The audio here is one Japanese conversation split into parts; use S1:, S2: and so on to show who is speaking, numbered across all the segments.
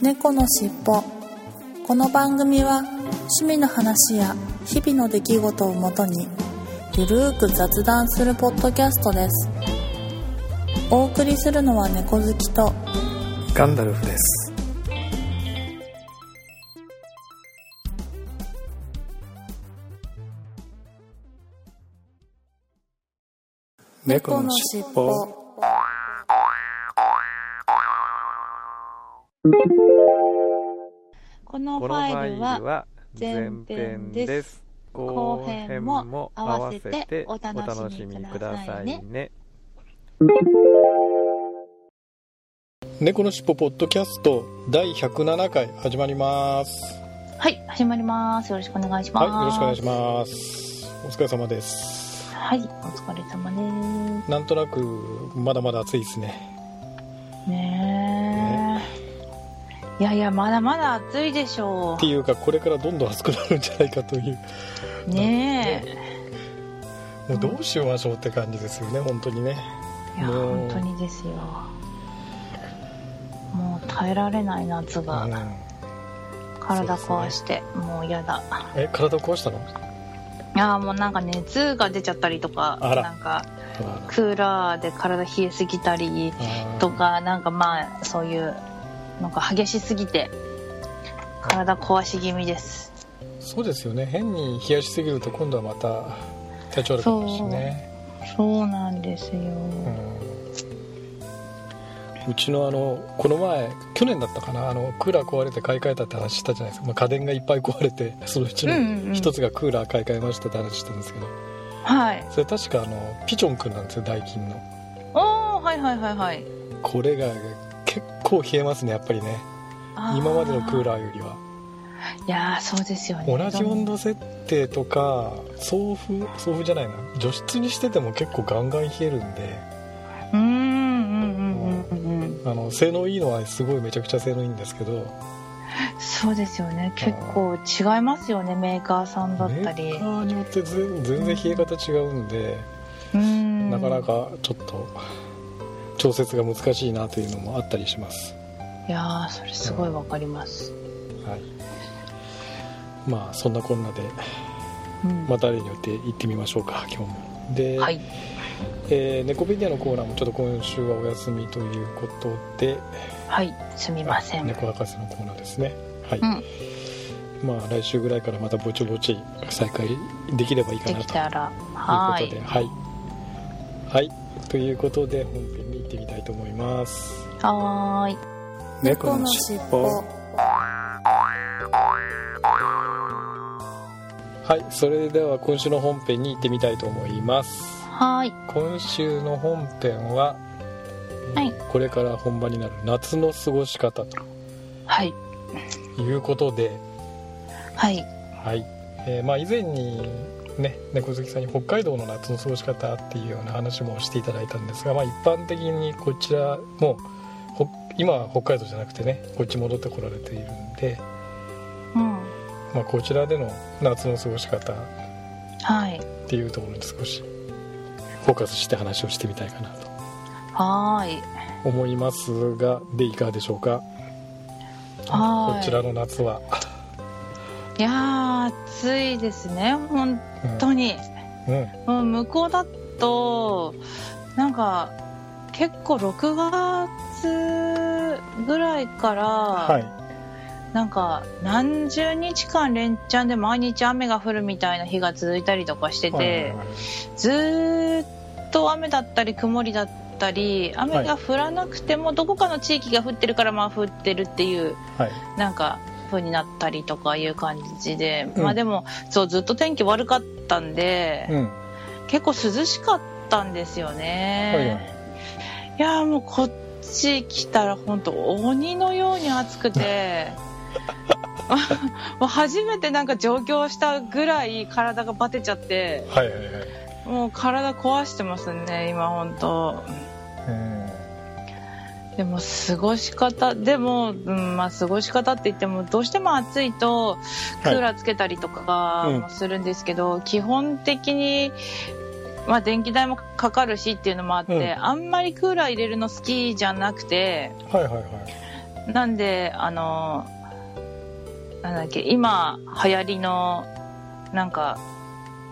S1: 猫のしっぽこの番組は趣味の話や日々の出来事をもとにゆるーく雑談するポッドキャストですお送りするのは猫好きと
S2: ガンダルフです。猫のしっぽ。
S3: このフ
S4: このフ
S3: ァイ
S4: ァ
S3: ル
S4: イ
S3: は
S4: ルは前
S3: 前
S4: 編
S3: 編
S4: で
S3: ですす。
S4: 後編も合わせてお楽しみくださいね。
S2: 猫のしっぽポッドキャスト第107回始まります。
S3: はい始まりますよろしくお願いしま
S2: は
S3: す
S2: い、よろしくお願いします。お疲れ様です。
S3: すはいお疲れ様で
S2: なんとなくまだまだ暑いですね。
S3: すねえいやいやまだまだ暑いでしょ
S2: っていうかこれからどんどん暑くなるんじゃないかという。
S3: うねえ
S2: もうどうしましょうって感じですよね本当にね
S3: いや
S2: もう
S3: 本当にですよもう耐えられない夏
S2: う
S3: が
S2: ん
S3: 体壊してもう嫌だ
S2: え体壊したの
S3: いやもうなんか熱が出ちゃったりとか
S2: あら
S3: なんか
S2: あ
S3: クーラーで体冷えすぎたり
S2: ー
S3: とかなんかまあそういうなんか激しすぎて体壊し気味です
S2: そうですよね変に冷やしすぎると今度はまた体調悪くなるしね
S3: そうなんですよ
S2: う,、ん、うちのあのこの前去年だったかなあのクーラー壊れて買い替えたって話したじゃないですか、まあ、家電がいっぱい壊れてそのうち
S3: うん
S2: の
S3: うんうん
S2: 一つがクーラー買い替えましたって話したんですけど
S3: はい
S2: それ確かあのピチョンくんなんですよダイキンの
S3: おおはいはいはいはい
S2: これが結構冷えますねやっぱりね今までのクー
S3: ー
S2: ラーよりは
S3: ーいやーそうですよね
S2: 同じ温度設定とか送風送風じゃないな除湿にしてても結構ガンガン冷えるんで
S3: うーんうんうんうんうん
S2: あの性能いいのはすごいめちゃくちゃ性能いいんですけど
S3: そうですよね結構違いますよねメーカーさんだっ
S2: メ
S3: たり
S2: ーカーによって全全然冷え方違うんで、
S3: うーん
S2: なかなかちょっと調節が難しいなというのもあったりします、
S3: いやーそれすごいわかります、
S2: はい、まあそんなこんなで
S3: うん
S2: また例によって行ってみましょうか今日もで、
S3: はい
S2: えーネコペディアのコーナーもちょっと今週はお休みということで
S3: はいすみません
S2: 猫博士のコーナーですねはい、
S3: うん
S2: まあ来週ぐらいからまたぼちぼち再開できればいいか
S3: で
S2: な
S3: き
S2: と
S3: たらは
S2: いうこと
S3: い
S2: ではい、はい、ということで本編に行ってみたいと思います
S3: はーい
S2: 猫
S1: このしっぽ
S2: はいそれでは今週の本編に行ってみたいと思います
S3: はーい
S2: 今週の本編は、
S3: はい
S2: これから本番になる夏の過ごし方と
S3: はい
S2: いうことで
S3: はい
S2: はい、えーまあ以前にね猫好きさんに北海道の夏の過ごし方っていうような話もしていただいたんですが、まあ、一般的にこちらもほ今は北海道じゃなくてねこっち戻ってこられているんで、
S3: うん
S2: まあ、こちらでの夏の過ごし方っ
S3: はい
S2: ていうところに少しフォーカスして話をしてみたいかなと
S3: はーい
S2: 思いますがでいかがでしょうか
S3: はーい
S2: こちらの夏は、
S3: いやー暑いですね本
S2: うん
S3: 当に、
S2: うん
S3: もう向こうだとなんか結構6月ぐらいから、
S2: はい
S3: なんか何十日間連チャンで毎日雨が降るみたいな日が続いたりとかしてて、ずーっと雨だったり曇りだったり雨が降らなくてもどこかの地域が降ってるからまあ降ってるっていう
S2: はい
S3: なんか風になったりとかいう感じで、
S2: うん
S3: まあでもそうずっと天気悪かったんで、
S2: うん
S3: 結構涼しかったんですよね、、
S2: はいはい
S3: やーもうこっち来たら本当鬼のように暑くて もう初めてなんか上京したぐらい体がバテちゃって
S2: はいはいはい
S3: もう体壊してますね今本当
S2: うん
S3: でも過ごし方でも、うんまあ、過ごし方って言ってもどうしても暑いとクーラーつけたりとか
S2: うん
S3: もするんですけど、基本的に、まあ、電気代もかかるしっていうのもあって、
S2: うん
S3: あんまりクーラー入れるの好きじゃなくて
S2: はいはいはい
S3: なんであのなんだっけ今流行りのなんか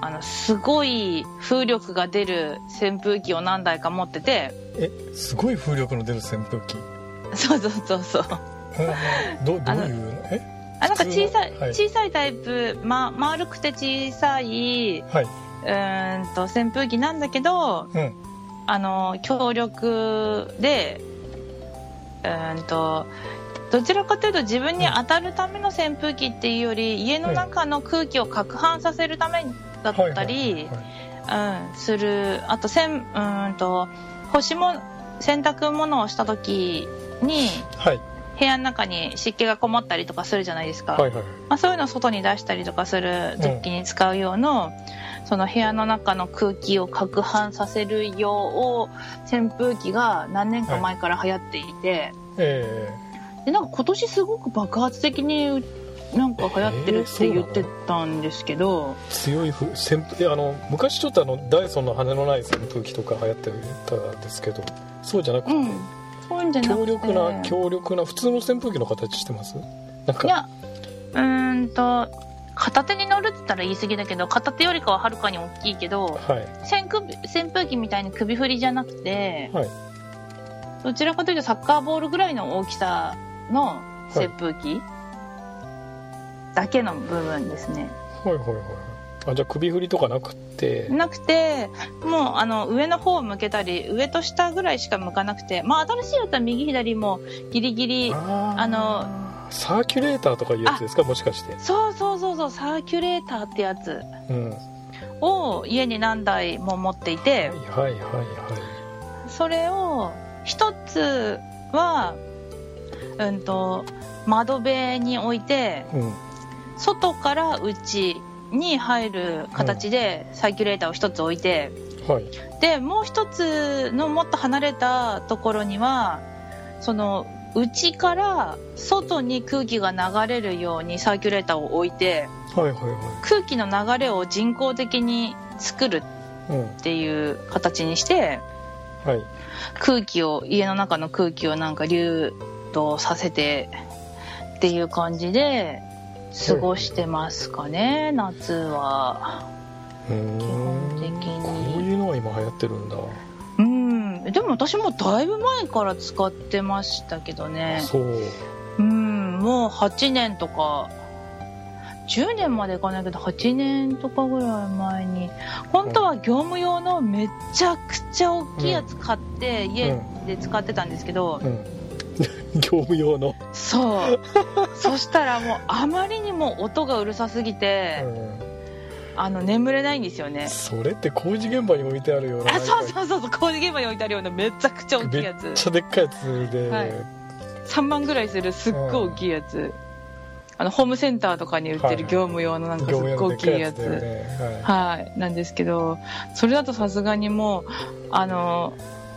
S3: あのすごい風力が出る扇風機を何台か持ってて
S2: えすごい風力の出る扇風機
S3: そうそうそうそう
S2: うん どどういうのえ
S3: あなんか小さい、
S2: はい
S3: 小さいタイプ、ま、丸くて小さい
S2: はいう
S3: ーんと扇風機なんだけど
S2: うん
S3: あの強力でうーんとどちらかというと自分に当たるための扇風機っていうより家の中の空気を攪拌させるためだったり
S2: はいは
S3: うんするあとせんうーんと干しも洗濯物をした時に
S2: はい
S3: 部屋の中に湿気がこもったりとかするじゃないですか、
S2: はいはいはい
S3: まあ、そういうのを外に出したりとかする時に使う用の、その部屋の中の空気を攪拌させる用を扇風機が何年か前から流行っていて、
S2: え
S3: でなんか今年すごく爆発的になんか流行ってるって言ってたんですけど、
S2: ー、強い風扇風いやあの昔ちょっとあのダイソンの羽のない扇風機とか流行ってたんですけどそうじゃなくて、
S3: うんそういうんじゃな
S2: 強
S3: くて
S2: 力な強力な普通の扇風機の形してますなん
S3: い
S2: か
S3: やうーんと片手に乗るって言ったら言い過ぎだけど片手よりかははるかに大きいけど、
S2: はい
S3: 扇風扇風機みたいに首振りじゃなくて、
S2: はい
S3: どちらかというとサッカーボールぐらいの大きさの
S2: い
S3: 扇風機だけの部分ですね、
S2: はいはいはいあじゃあ首振りとかなくて
S3: なくてもうあの上の方を向けたり上と下ぐらいしか向かなくて、まあ、新しいやつは右左もギリギリ
S2: あー
S3: あの
S2: サーキュレーターとかいうやつですかもしかして
S3: そうそうそうそうサーキュレーターってやつ
S2: うんは
S3: を家に何台も持ってい
S2: い
S3: て
S2: はいはいは
S3: それを一つは、うん、と窓辺に置いて
S2: いうん
S3: 外から内に入る形でサーキュレーターを一つ置いて、
S2: はい
S3: でもう一つのもっと離れたところにはその内から外に空気が流れるようにサーキュレーターを置いて
S2: はいはいは
S3: 空気の流れを人工的に作る
S2: いうん
S3: っていう形にして
S2: はい
S3: 空気を家の中の空気をなんか流動させてっていう感じで過ごしてますかね、夏は。
S2: うーん
S3: 基本的に
S2: こういうのが今流行ってるんだ
S3: うんでも私もだいぶ前から使ってましたけどね
S2: そう
S3: うんもう8年とか10年までいかないけど8年とかぐらい前に本当は業務用のめちゃくちゃ大きいやつ買って家で使ってたんですけど、
S2: うん 業務用の
S3: そうそしたらもうあまりにも音がうるさすぎて、
S2: うん
S3: あの眠れないんですよね
S2: それって工事現場に置いてあるような
S3: あ
S2: なんか
S3: そうそうそうそう工事現場に置いてあるようなめちゃくちゃ大きいや
S2: め
S3: つ
S2: っちゃでっかいやつで、
S3: はい3万ぐらいするすっごい大きいやつ、あのホームセンターとかに売ってる業務用のなんかすっ
S2: 業務用
S3: ご
S2: ので
S3: い大
S2: っ
S3: き
S2: か
S3: い
S2: いや
S3: や
S2: つ
S3: つ
S2: だよね、は
S3: はいなんですけどそれだとさすがにもうあの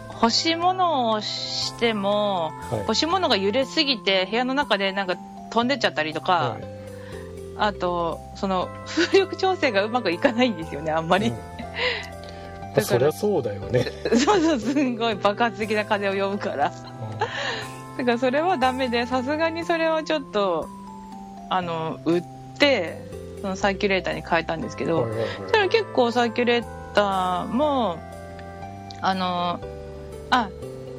S3: 干し物をしても
S2: いはい
S3: 干し物が揺れすぎて部屋の中でなんか飛んでっちゃったりとか、
S2: はい
S3: あとその風力調整がうまくいかないんですよねあんまり、
S2: うんまあ
S3: から
S2: そりゃそうだよね、
S3: そうそうすんごい爆発的な風を呼ぶ からだからそれはダメでさすがにそれはちょっとあの売ってそのサーキュレーターに変えたんですけ
S2: うん
S3: ど、
S2: はいはいはい
S3: それは結構サーキュレーターもあのあ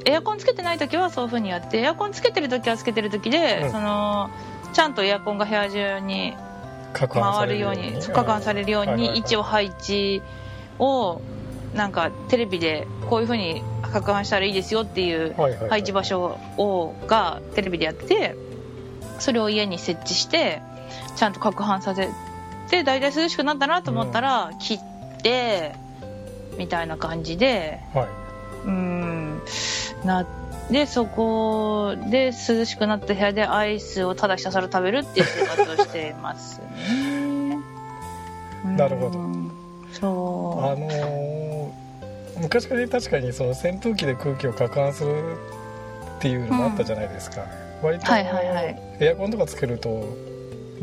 S3: エアコンつけてない時はそういう風にやってエアコンつけてる時はつけてる時で、
S2: うん
S3: そのちゃんとエアコンが部屋中に
S2: 攪拌さ
S3: 回
S2: れ
S3: るように
S2: ね
S3: 加管されるよう
S2: はいはいは
S3: に
S2: い
S3: 位置を配置をなんかテレビでこういう風に加管したらいいですよっていう
S2: はいはいはい
S3: 配置場所をがテレビでやっててそれを家に設置してちゃんと攪拌させてだいたい涼しくなったなと思ったら切ってみたいな感じで
S2: はい、
S3: うんなでそこで涼しくなった部屋でアイスをただひたすら食べるっていう生活をしていますねうん
S2: なるほど
S3: そ
S2: あのー昔から確かにその扇風機で空気を攪拌するっていうのもあったじゃないですか、割と、
S3: はいはいはい
S2: エアコンとかつけると
S3: う、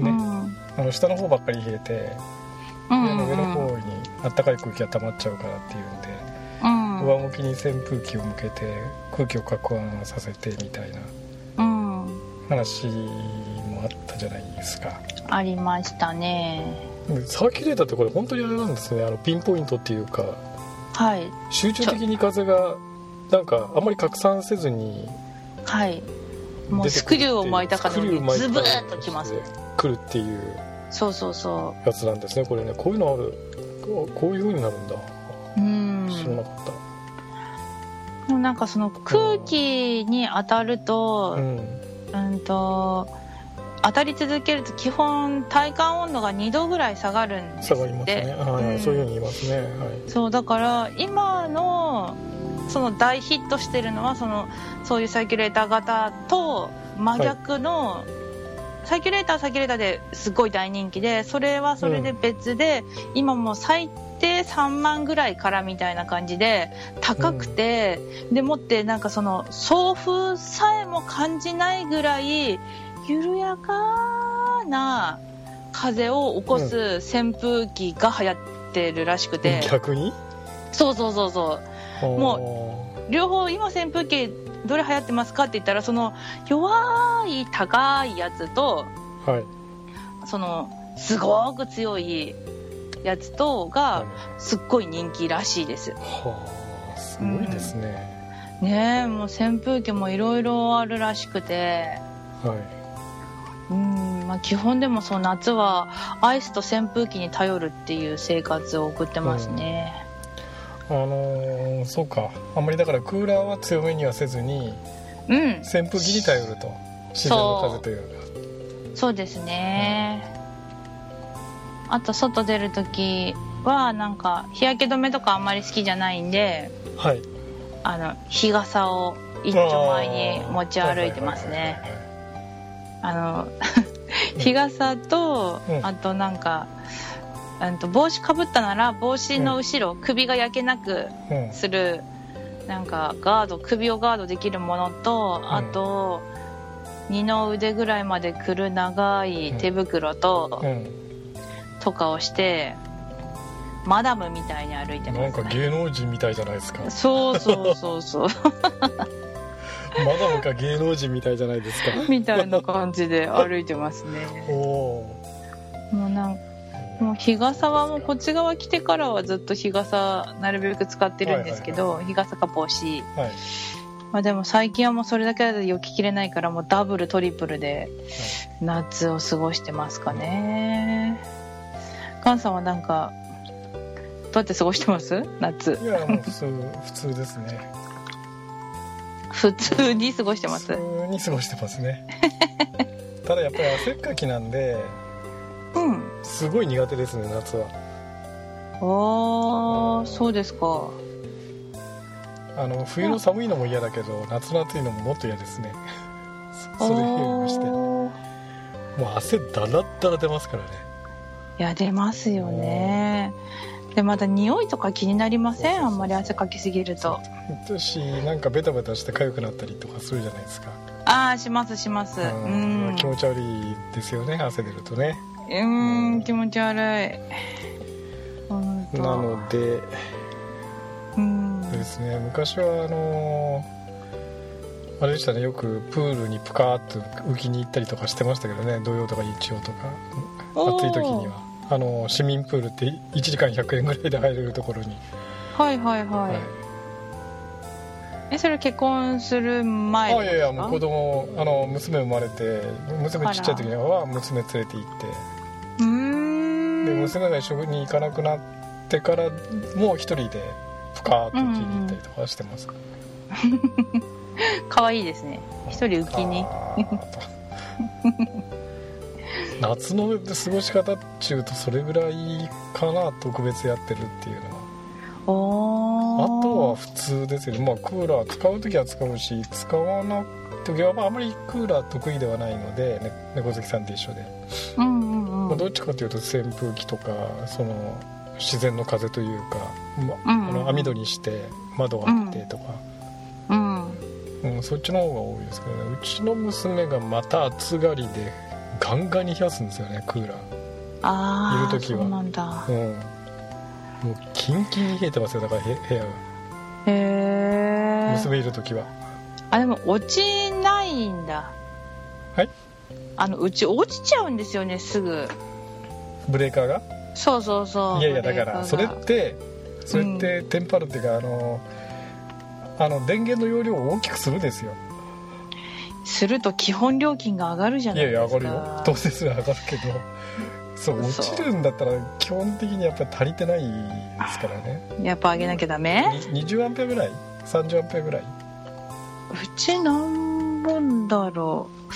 S2: ね、
S3: うん
S2: あの下の方ばっかり冷えて、
S3: うん
S2: あの上の
S3: うん
S2: 方にあったかい空気が溜まっちゃうからっていうんで、
S3: うん
S2: 上向きに扇風機を向けて空気を攪拌させてみたいな
S3: うん
S2: 話もあったじゃないですか
S3: ありましたね
S2: でサーキュレーターってこれ本当にあれなんですねあのピンポイントっていうか
S3: はい
S2: 集中的に風がなんかあんまり拡散せずに
S3: はいもうスクリューを巻いたかのようにズブーっときます
S2: 来るっていう
S3: そうそうそ
S2: やつなんですねこれねこういうのあるこうこういう風になるんだ
S3: ううん
S2: 知らなかった
S3: でもなんかその空気に当たる
S2: う
S3: と、
S2: ん
S3: うんと当たり続けると基本体感温度が2度ぐらい下がるんです
S2: 下
S3: っ
S2: がりますね
S3: て
S2: はい、
S3: うん
S2: そういうふうに言いますねはい
S3: そうだから今のその大ヒットしてるのはそのそういうサーキュレーター型と真逆の、サーキュレーターはサーキュレーターですごい大人気でそれはそれで別で、今もう最低3万ぐらいからみたいな感じで高くて、でもってなんかその送風さえも感じないぐらい緩やかな風を起こす扇風機が流行ってるらしくて、
S2: 逆に
S3: そうそうそうそうも両方今扇風機どれ流行ってますかって言ったらその弱い高いやつと
S2: うはい
S3: そのすごく強いやつ
S2: は
S3: とが
S2: い
S3: すっごい人気らしいです
S2: はあすごいですね、
S3: ねえもう扇風機もいろいろあるらしくて
S2: はい
S3: うん、まあ、基本でもそう夏はアイスと扇風機に頼るっていう生活を送ってますね、
S2: あのーそうかあんまりだからクーラーは強めにはせずに
S3: うん、
S2: 扇風機に頼ると自然の風というか
S3: そうですね、あと外出る時はなんか日焼け止めとかあんまり好きじゃないんで
S2: はい
S3: あの日傘を一丁前に持ち歩いてますねあ
S2: うん
S3: の 日傘と、
S2: うん
S3: あとなんか、うん、と帽子かぶったなら帽子の後ろ、首が焼けなく
S2: はいはいはい
S3: するなんかガード首をガードできるものと、
S2: ん
S3: あと二の腕ぐらいまでくる長い手袋と、
S2: うん、うん
S3: とかをしてマダムみたいに歩いて
S2: な
S3: ま
S2: ん
S3: す
S2: か芸能人みたいじゃないです か
S3: そうそうそうそう
S2: まだなんか芸能人みたいじゃないですか
S3: みたいな感じで歩いてますね
S2: おお
S3: もうなん
S2: ー
S3: もう日傘はもうこっち側来てからはずっと日傘なるべく使ってるんですけど、日傘か帽子、
S2: はい
S3: まあ、でも最近はもうそれだけだと避けきれないからもうダブルトリプルで夏を過ごしてますかねガンさんはなんかどうやって過ごしてます夏
S2: いやもう普通普通ですね
S3: 普通に過ごしてま
S2: 普
S3: す
S2: 通に過ごしてますねただやっぱり汗っかきなんで
S3: うん
S2: すごい苦手ですね夏は
S3: ああそうですか
S2: あの冬の寒いのも嫌だけど夏の暑いのももっと嫌です ねそそれよりもしても
S3: おー
S2: う汗だらっだら出ますからね
S3: いや出ますよねでまた匂いとか気になりませんあんまり汗かきすぎると
S2: だしなんかベタベタして痒くなったりとかするじゃないですか、
S3: ああしますしますう
S2: うん
S3: ん
S2: 気持ち悪いですよね汗出るとね
S3: うーん気持ち悪い本当
S2: なので
S3: うん
S2: ですね昔はあのーあれでしたねよくプールにプカーッと浮きに行ったりとかしてましたけどね土曜とか日曜とか
S3: おー
S2: 暑い時にはあのー市民プールって1時間100円ぐらいで入れるところに、
S3: はいはいはい、
S2: はい
S3: えそれ結婚する前
S2: あいやいやもう子
S3: 供
S2: 供あの娘生まれて娘ちっちゃい時には娘連れて行って
S3: うー
S2: で
S3: ん
S2: 娘が一緒に行かなくなってからもう一人でプカーッと浮きに行ったりとかしてます、
S3: 可愛いですね一人浮きに
S2: あーと夏の過ごし方っちゅうとそれぐらいかな特別やってるっていうのは
S3: お
S2: あ
S3: ー
S2: とは普通ですよねまあクーラー使う時は使うし使わなく時はまああまりクーラー得意ではないので、ね、猫好きさんと一緒で、
S3: うんうんう
S2: まあ
S3: ん
S2: どっちかというと扇風機とかその自然の風というか、ま
S3: うんうん
S2: あの網戸にして窓を開けてとか、
S3: うん
S2: うん、そっちの方が多いですけどねうちの娘がまた暑がりでガンガンに冷やすんですよねクーラ
S3: ああ
S2: いる時は
S3: そうなんだ
S2: ーうんもうキンキンに冷えてますよだからへ部屋
S3: へ
S2: が
S3: え
S2: 娘いる時は
S3: あでも落ちないんだ
S2: はい
S3: あのうち落ちちゃうんですよねすぐ
S2: ブレーカーが
S3: そうそうそう
S2: い
S3: い
S2: やいやだからそれってそれってテンパるっていうか、あのあの電源の容量を大きくするですよ
S3: すると基本料金が上がるじゃ
S2: い
S3: ない
S2: やい
S3: ですか
S2: や上がるよ当然すら上がるけどそう落
S3: そう
S2: ちるんだったら基本的にやっぱり足りてないですからね
S3: やっぱ上げなきゃダメ
S2: に20アンペアぐらい30アンペアぐらいう
S3: ち何本だろう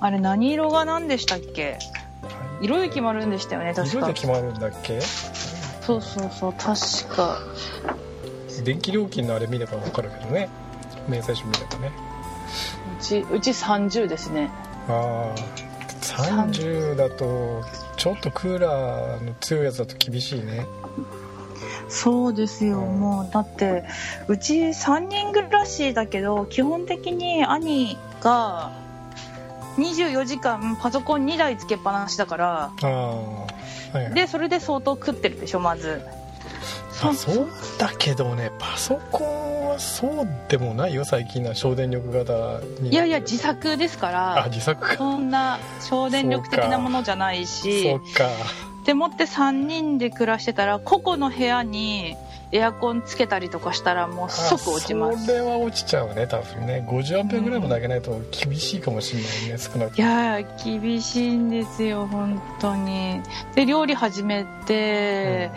S3: あれ何色が何でしたっけ
S2: は
S3: 色で決まるんでしたよね
S2: い
S3: 確
S2: 色で
S3: か
S2: 決まるんだっけ
S3: そうそうそう確か
S2: 電気料金のあれ見れば分かるけどね明細書見ればね
S3: うちうち30ですね
S2: ああ30だとちょっとクーラーの強いやつだと厳しいね
S3: そうですよ、
S2: うん
S3: もうだってうち3人暮らしだけど基本的に兄が24時間パソコン2台つけっぱなしだから
S2: ああはいはい
S3: でそれで相当食ってるでしょまず
S2: あそうだけどねパソコンはそうでもないよ最近のは省電力型に
S3: いやいや自作ですか
S2: あ
S3: ら
S2: 自作か
S3: そんな省電力的なものじゃない
S2: そ
S3: し
S2: うか
S3: でもって3人で暮らしてたら個々の部屋にエアコンつけたりとかしたらもう
S2: あ
S3: 即落ちます
S2: それは落ちちゃうね多分ね50アンペアぐらいも投げないと厳しいかもしれないね少なく
S3: い
S2: とも
S3: やー厳しいんですよ本当にで料理始めて、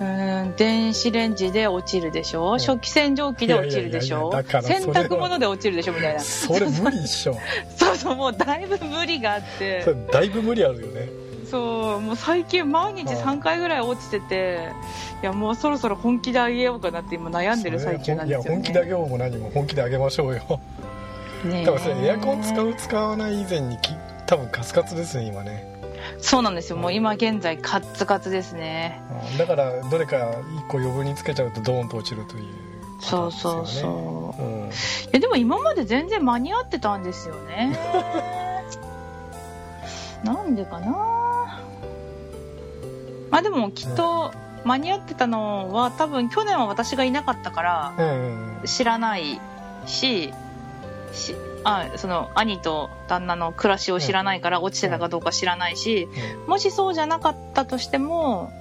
S3: うーん、電子レンジで落ちるでしょ、
S2: ん
S3: 食器洗浄機で落ちるでしょ
S2: いやいやいやだから
S3: 洗
S2: それは
S3: 濯物で落ちるでしょみたいな
S2: それ無理っ しょ
S3: そうそうもうだいぶ無理があっ
S2: それ
S3: て
S2: だいぶ無理あるよね
S3: そうもう最近毎日3回ぐらい落ちてていやもうそろそろ本気であげようかなって今悩んでる最中なんです
S2: いや
S3: よ
S2: 本気であ
S3: ね
S2: げようも何も本気であげましょうよ
S3: ねえ
S2: 多分それエアコン使う使わない以前にき多分カツカツですね今ね
S3: そうなんですよもう今現在カッツカツですね
S2: うんだからどれか1個余分につけちゃうとドーンと落ちるというパター
S3: そ
S2: ン
S3: う
S2: ですよね
S3: そうそう
S2: うん
S3: えでも今まで全然間に合ってたんですよ ねなんでかなまあでもきっと間に合ってたのは多分去年は私がいなかったから
S2: うんうんうん
S3: 知らないししあその兄と旦那の暮らしを知らないから落ちてたかどうか知らないしもしそうじゃなかったとしても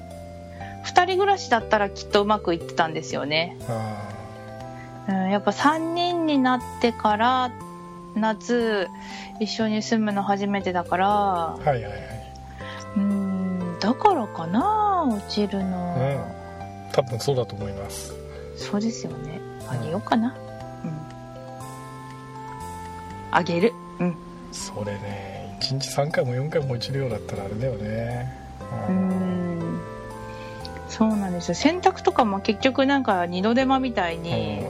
S3: 2人暮らしだったらきっとうまくいってたんですよね。
S2: あ
S3: うん、やっぱ3人になってから夏一緒に住むの初めてだから
S2: ーはいはいはい
S3: うんだからかな落ちるの、
S2: 多分そうだと思います
S3: そうですよねあげようかなうんあげるうん
S2: それね1日3回も4回も落ちるようだったらあれだよね
S3: う
S2: うん
S3: んそうなんですよ洗濯とかも結局なんか二度手間みたいに、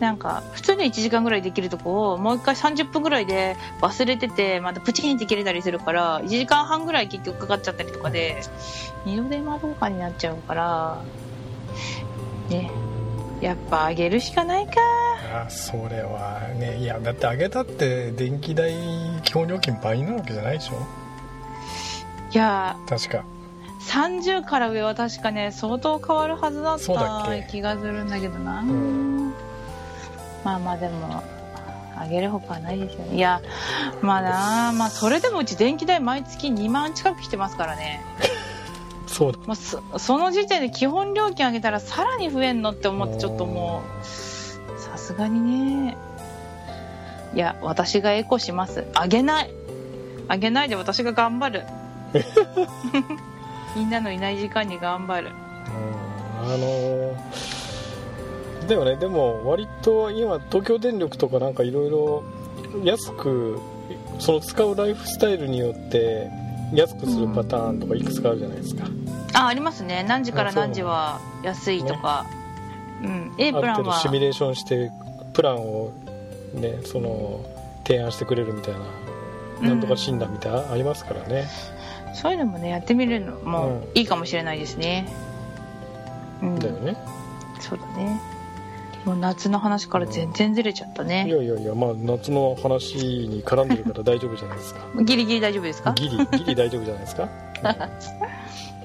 S3: なんか普通に1時間ぐらいできるとこをもう1回30分ぐらいで忘れててまたプチンって切れたりするから1時間半ぐらい結局かかっちゃったりとかで二度手間とかになっちゃうからねやっぱあげるしかないか
S2: あそれはねいやだってあげたって電気代基本料金倍なわけじゃないでしょ
S3: いや
S2: 確か
S3: 30から上は確かね相当変わるはずだっ
S2: そうだったけ
S3: 気がするんだけどな
S2: うん
S3: まあまあでもあげるほかはないですよねいやまあなまあそれでもうち電気代毎月2万近く来てますからね
S2: そうだ
S3: もうそその時点で基本料金上げたらさらに増えんのって思ってちょっともうさすがにねいや私がエコします上げない上げないで私が頑 張るみんなのいない時間に頑張る
S2: うんあのーだよねでも割と今東京電力とかなんかいろいろ安くその使うライフスタイルによって安くするパターンとかいくつかあるじゃないですか、
S3: あありますね何時から何時は安いとかう,、ん A プ
S2: ある
S3: ラン
S2: 程度シミュ
S3: は
S2: レーションしてプランをねその提案してくれるみたいな
S3: うん
S2: なんとか診断みたいなのありますからね、
S3: そういうのもねやってみるのもいいかもしれないですねうん
S2: だよね
S3: そうだねもう夏の話から全然ずれちゃった
S2: い
S3: ね、
S2: やいやいやまあ夏の話に絡んでるから大丈夫じゃないですか
S3: ギリギリ大丈夫ですか
S2: ギリギリ大丈夫じゃないですか、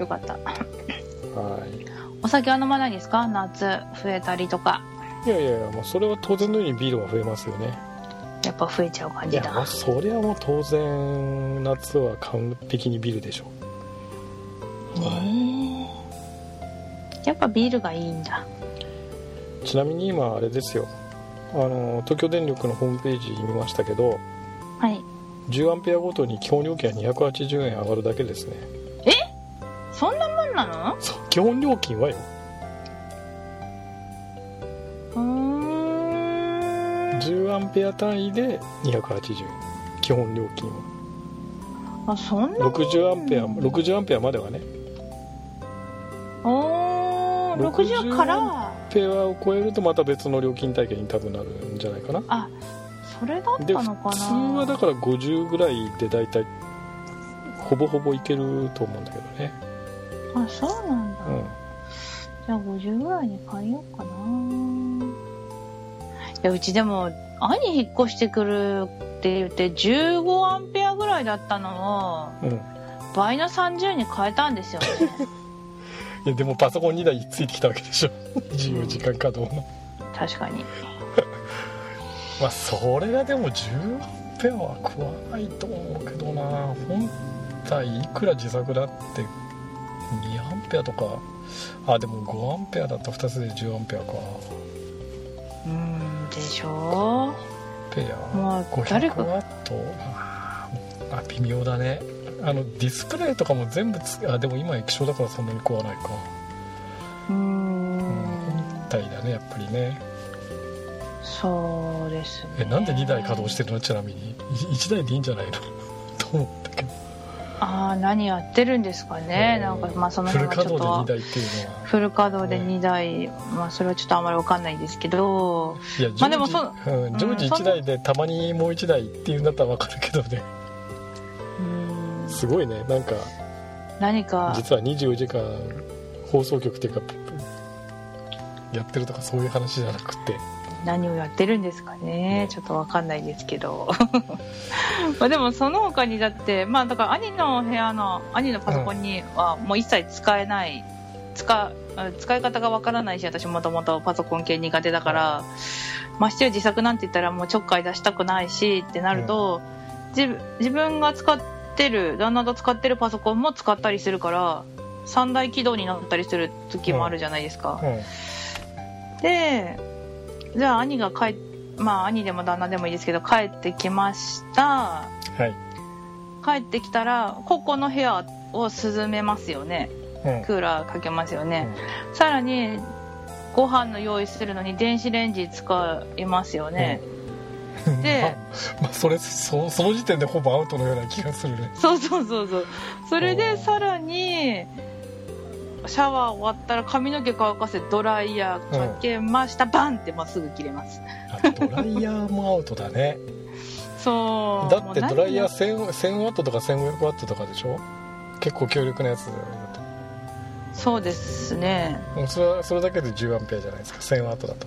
S3: よかった
S2: はい
S3: お酒は飲まないですか夏増えたりとか
S2: いやいやいやもうそれは当然のようにビールは増えますよね
S3: やっぱ増えちゃう感
S2: い
S3: じ
S2: やま
S3: だ
S2: あそりゃもう当然夏は完璧にビルでしょう、はい
S3: ねえやっぱビールがいいんだ
S2: ちなみに今あれですよあの東京電力のホームページ見ましたけど
S3: はい
S2: 10アンペアごとに基本料金は280円上がるだけですね
S3: そんなもんなの
S2: そう基本料金はよ
S3: うーん
S2: 10アンペア単位で280円基本料金は
S3: あそんなもん
S2: 60アンペア60アンペアまではね
S3: おー60から
S2: ペアを超えるとまた別の料金体系に多分なるんじゃないかな
S3: それだった
S2: で
S3: の
S2: 普
S3: かな
S2: 通はだから50ぐらいで大体ほぼほぼいけると思うんだけどね、
S3: あそうなんだ、
S2: うん、
S3: じゃあ50ぐらいに変えようかないやうちでも兄引っ越してくるって言って15アンペアぐらいだったのを、
S2: うん
S3: 倍の30に変えたんですよね
S2: いやでもパソコン2台ついてきたわけでしょ 自由時間稼働の、
S3: 確かに
S2: まあそれがでも10ペアは食わないと思うけどな本体いくら自作だって2アンペアとかあでも5アンペアだったら2つで10アンペアか
S3: うんでしょ
S2: ペ
S3: う
S2: ア
S3: まあ誰
S2: 500
S3: か
S2: ワットあ微妙だねあのディスプレイとかも全部つあでも今液晶だからそんなに食わないか
S3: うー
S2: うん
S3: ん
S2: 1体だねやっぱりね
S3: そうですね
S2: えなんで2台稼働してるのちなみに1台でいいんじゃないの と思ったけど
S3: ああ何やってるんですかね
S2: うん
S3: なんかまあその
S2: フル
S3: 辺はち
S2: 稼
S3: ょっと
S2: 働で2台っていうのは
S3: フル稼働で2台、まあそれはちょっとあまりわかんないですけど
S2: いや常時,、
S3: まあでもそう
S2: うん、常時
S3: うんそ
S2: 1
S3: ん
S2: 台でたまにもう1台っていうんだったら分かるけどね
S3: うん
S2: すごいねなんか
S3: 何か
S2: 実は24時間放送局っていうかやってるとかそういう話じゃなくて
S3: 何をやってるんですかね
S2: ね
S3: ちょっとわかんないですけど まあでもその他にだってまあだから兄の部屋の兄のパソコンにはもう一切使えない使う使い方がわからないし私もともとパソコン系苦手だからましてや自作なんて言ったらもうちょっかい出したくないしってなると、自分自分が使ってる旦那が使ってるパソコンも使ったりするから三大起動になったりする時もあるじゃないですか。
S2: うん
S3: でじゃあ兄が帰っまあ兄でも旦那でもいいですけど帰ってきました
S2: はい
S3: 帰ってきたらここの部屋を涼めますよね
S2: うん
S3: クーラーかけますよね、さらにご飯の用意するのに電子レンジ使いますよね、
S2: うん
S3: で
S2: まあ、まあそれそその時点でほぼアウトのような気がするね
S3: そうそうそうそうそれ
S2: お
S3: で
S2: ー
S3: さらにシャワー終わったら髪の毛乾かせドライヤーかけました、バンってまっすぐ切れます
S2: あ ドライヤーもアウトだね
S3: そう
S2: だって
S3: もう何や
S2: ドライヤー1000 1000ワットとか1500ワットとかでしょ結構強力なやつだよね
S3: そうですね
S2: もうそれはそれだけで10アンペアじゃないですか1000ワットだと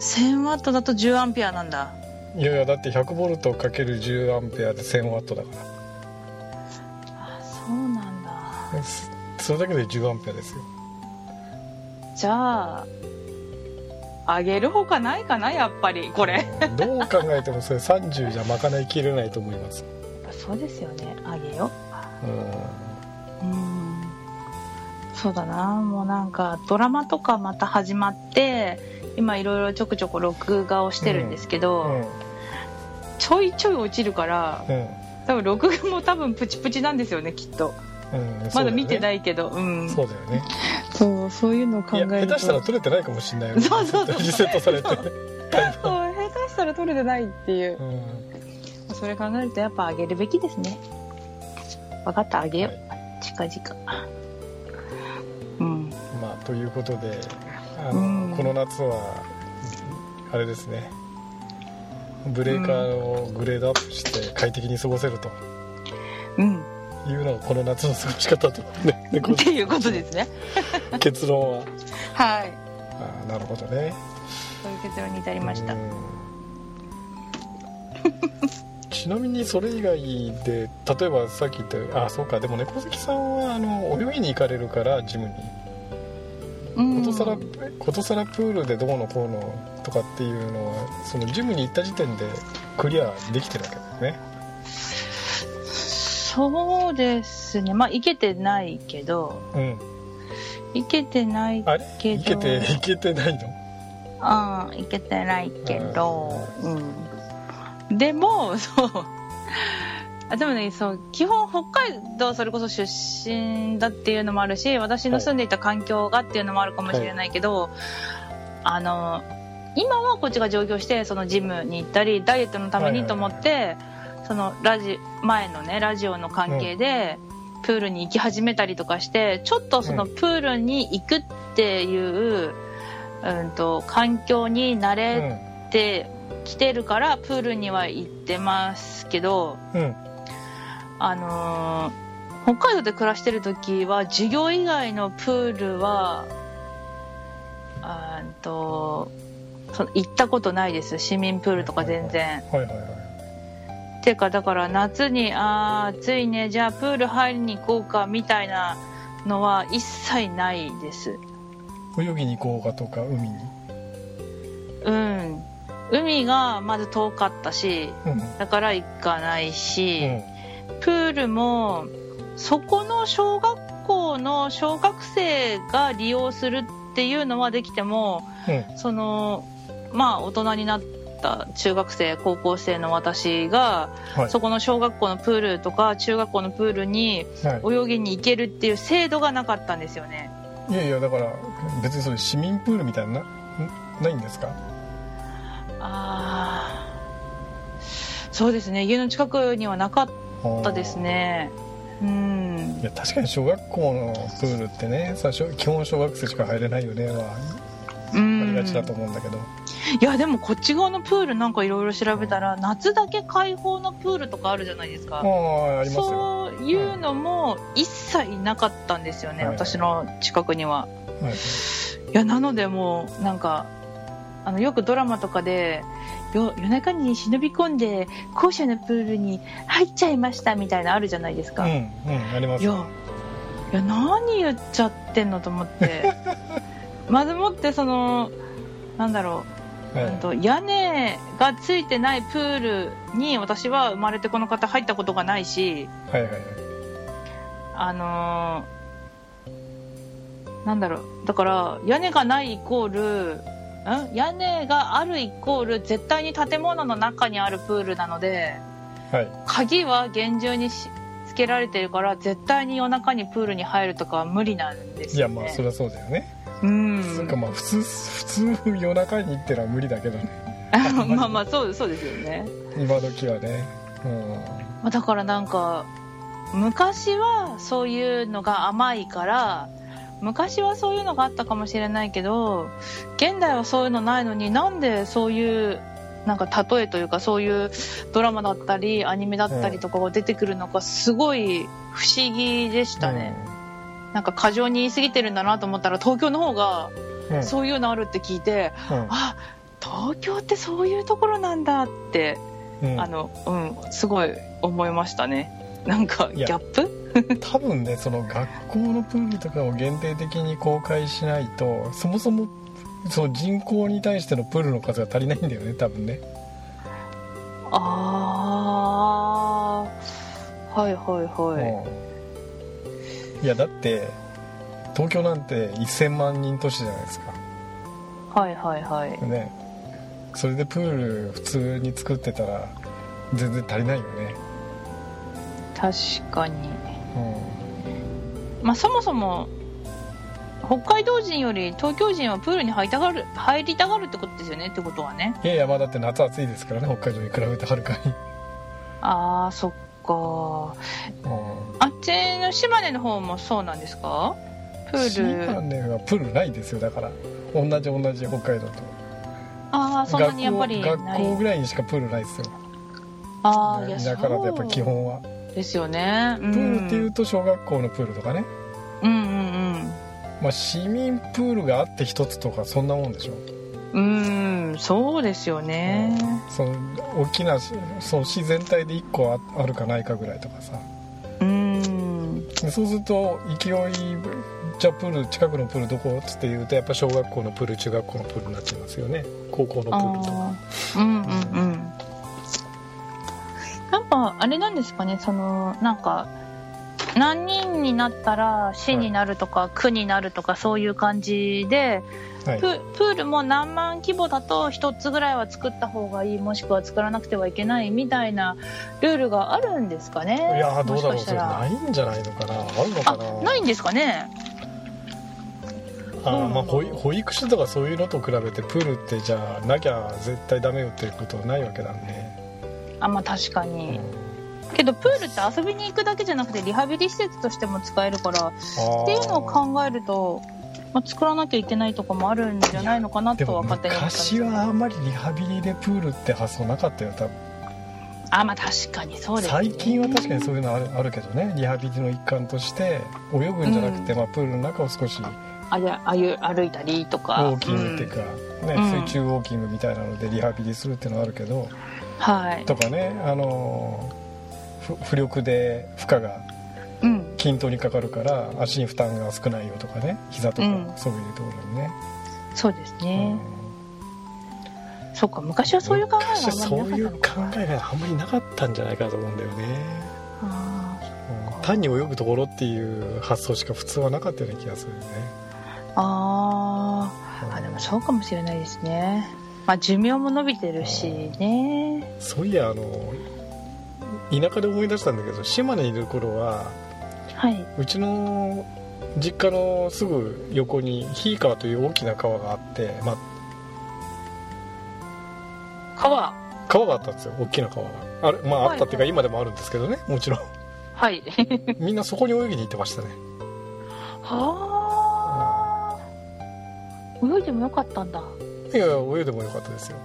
S3: 1000ワットだと10アンペアなんだ
S2: いやいやだって100ボルトかける10アンペアで1000ワットだから
S3: あそうなんだ
S2: そそれだけで10アンペアですよ
S3: じゃあ上げるほかないかなやっぱりこれ
S2: うんどう考えてもそれ30じゃまかないきれないと思います
S3: そうですよね上げよ
S2: うん
S3: ううんそうだなもうなんかドラマとかまた始まって今いろいろちょくちょく録画をしてるんですけど、
S2: うん
S3: ちょいちょい落ちるから
S2: うん
S3: 多分録画も多分プチプチなんですよねきっと
S2: うん
S3: まだ見てないいけどうん
S2: そうだよね
S3: そうそういうのを考
S2: い
S3: え
S2: や
S3: ると
S2: 下手したら取れてないかもしれないよね
S3: そうそうそう
S2: リセットされて
S3: そう下手したら取れてないっていう
S2: うん
S3: それ考えるとやっぱあげるべきですね分かったあげよう、近々うん
S2: まあということであ
S3: うん
S2: のこの夏はあれですねブレーカーをグレードアップして快適に過ごせると
S3: うん
S2: いうのがこの夏の過ごし方と ねねこ
S3: っていうことですね
S2: う結論は
S3: はい
S2: あーなるほどね
S3: そういう結論に至りました
S2: うんちなみにそれ以外で例えばさっき言ったあそうかでも猫好きさんはあの泳ぎに行かれるからジムに
S3: うん
S2: ことさらことさらプールでどうのこうのとかっていうのはそのジムに行った時点でクリアできてるわけですね
S3: そうですねまあいけてないけど
S2: うん
S3: いけてない
S2: あれ
S3: け
S2: いけ
S3: ど
S2: ていけてないの
S3: ああいけてないけどうんでもそうあでもねそう基本北海道それこそ出身だっていうのもあるし私の住んでいた環境がっていうのもあるかもしれないけど、あの今はこっちが上京してそのジムに行ったりダイエットのためにと思って、そのラジ前のねラジオの関係で、プールに行き始めたりとかしてちょっとその
S2: う
S3: プールに行くっていう、うん、と環境に慣
S2: う
S3: れ
S2: ん
S3: てきてるから、プールには行ってますけど。
S2: うん
S3: あのー北海道で暮らしてる時は授業以外のプールはあーんとその行ったことないです市民プールとか全然。
S2: はいはいはい
S3: ていうかだから夏にあー暑いねじゃあプール入りに行こうかみたいなのは一切ないです。
S2: 泳ぎに行こうかとか海に
S3: うん海がまず遠かったし
S2: うん
S3: だから行かないし。
S2: うん
S3: プールもそこの小学校の小学生が利用するっていうのはできても
S2: うん
S3: そのまあ大人になった中学生高校生の私が、
S2: はい
S3: そこの小学校のプールとか中学校のプールに
S2: は
S3: 泳ぎに行けるっていう制度がなかったんですよね。
S2: いいやいやだから別にそれ市民プールみたいななんないんですか
S3: あーそうですね家の近くにはなかっ
S2: あ
S3: たですね。うん
S2: いや確かに小学校のプールってね最初基本小学生しか入れないよねはありがちだと思うんだけど、
S3: いやでもこっち側のプールなんかいろいろ調べたら夏だけ開放のプールとかあるじゃないですか
S2: ああありますよ、
S3: そういうのも一切なかったんですよね、
S2: はい
S3: 私の近くには
S2: はい、
S3: いやなのでもうなんかあのよくドラマとかでよ夜中に忍び込んで校舎のプールに入っちゃいましたみたいなのあるじゃないですか、
S2: うんうんありま
S3: い
S2: す
S3: や
S2: よ
S3: いや何言っちゃってんのと思って まずもってそのなんだろう
S2: はい
S3: うんと屋根がついてないプールに私は生まれてこの方入ったことがないし
S2: はいはいはい
S3: あのーなんだろうだから屋根がないイコールん屋根があるイコール絶対に建物の中にあるプールなので
S2: はい
S3: 鍵は厳重にしつけられてるから絶対に夜中にプールに入るとかは無理なんです
S2: いや
S3: よ、ね、
S2: まあそれはそうだよね、
S3: うん
S2: つうかまあ普通普通夜中に行ってのは無理だけどね
S3: まあまあそうそうですよね
S2: 今時はね
S3: まあだからなんか昔はそういうのが甘いから昔はそういうのがあったかもしれないけど現代はそういうのないのになんでそういうなんか例えというかそういうドラマだったりアニメだったりとかが出てくるのかすごい不思議でし
S2: うん
S3: たね、なんか過剰に言い過ぎてるんだなと思ったら東京の方が
S2: うんうん
S3: そういうのあるって聞いてあ東京ってそういうところなんだって
S2: うん
S3: あの、うん、すごい思いましたね。なんか
S2: い
S3: ギ
S2: や
S3: ャップ？
S2: 多分ねその学校のプールとかを限定的に公開しないとそもそもその人口に対してのプールの数が足りないんだよね多分ね
S3: ああ、はいはいはい。
S2: うんいやだって東京なんて1000万人都市じゃないですか
S3: はいはいはい。
S2: ねそれでプール普通に作ってたら全然足りないよね、
S3: 確かに。
S2: う
S3: まあそもそも北海道人より東京人はプールに入りたがる入りたがるってことですよねってことはね。
S2: ん、いやいやまあだって夏暑いですからね北海道に比べてはるかに、
S3: ああ、そっか。
S2: うん、
S3: あっちの島根の方もそうなんですか？プー
S2: 島
S3: ル。
S2: 根はプールないですよだから同じ同じ北海道と
S3: ああ、そんなにやっぱり
S2: 学校
S3: な
S2: 学校
S3: い。
S2: ぐらいにしかプールないですよ
S3: ああ、いや
S2: だからやっぱり基
S3: そう
S2: 本は
S3: ですよね。プ
S2: プールっていうと小学校のプールとかね、
S3: うんうん
S2: まあ、市民プールがあって一つとかそんなもんでしょ
S3: うんうんそうですよね
S2: その大きなその市全体で1個ああるかないかぐらいとかさ
S3: うん
S2: でそうすると勢いじゃあプール近くのプールどこっつって言うとやっぱ小学校のプール中学校のプールになっちゃいますよね高校のプールとか。
S3: うんうんうんなんかあれなんですかねそのなんか何人になったら市になるとか区になるとかそういう感じで、
S2: はい
S3: ププールも何万規模だと1つぐらいは作った方がいいもしくは作らなくてはいけないみたいなルールがあるんですかね
S2: いやーどうだろ
S3: も
S2: う
S3: しかし
S2: そ
S3: た
S2: れ
S3: ら
S2: ないんじゃないのかなあるのか
S3: あ
S2: な
S3: ないんですかね
S2: あーまあ、保
S3: そうなんだ
S2: 育保育所とかそういうのと比べてプールってじゃあなきゃ絶対ダメよっていうことはないわけなんで、
S3: あまあ確か
S2: うん
S3: にけどプールって遊びに行くだけじゃなくてリハビリ施設としても使えるから
S2: あー
S3: っていうのを考えると、まあ、作らなきゃいけないとこもあるんじゃないのかな
S2: で
S3: とは
S2: も
S3: 勝手に思ったんですけ
S2: 昔
S3: ど
S2: はあんまりリハビリでプールって発想なかったよ多分、
S3: あまあ確かにそうです、ね、
S2: 最近は確かにそういうのあるあるけどねリハビリの一環として泳ぐんじゃなくて、まあ、プールの中を少しウ
S3: あいやああいう歩いたりとか
S2: ォーキングっていうか、ね
S3: うん
S2: 水中ウォーキングみたいなのでリハビリするっていうのはあるけど
S3: うんはい、
S2: とかねあのーふ浮力で負荷が
S3: うん、
S2: 均等にかかるから足に負担が少ないよとかね膝とか、
S3: うん
S2: そういうところにね、
S3: そうです
S2: う
S3: ね
S2: ん、
S3: そうか昔はそういう考え
S2: 昔は
S3: があん
S2: そう
S3: ま
S2: い
S3: り
S2: う
S3: な
S2: 考
S3: かったのか
S2: えがあんまりなかったんじゃないかなと思うんだよね
S3: あ
S2: うん単に泳ぐところっていう発想しか普通はなかったような気がするよね、
S3: ーあ
S2: うん
S3: ーあでもそうかもしれないですねまあ寿命も伸びてるしね
S2: そういやあの田舎で思い出したんだけど島根にいる頃は
S3: はい、
S2: うちの実家のすぐ横にひい川という大きな川があって、ま
S3: 川
S2: あ、川があったんですよ大きな川があれまああったっていうか
S3: はいはい
S2: 今でもあるんですけどねもちろん
S3: はい
S2: みんなそこに泳ぎに行ってましたね
S3: はあ泳いでもよかったんだう
S2: いやいや泳いでもよかったですよ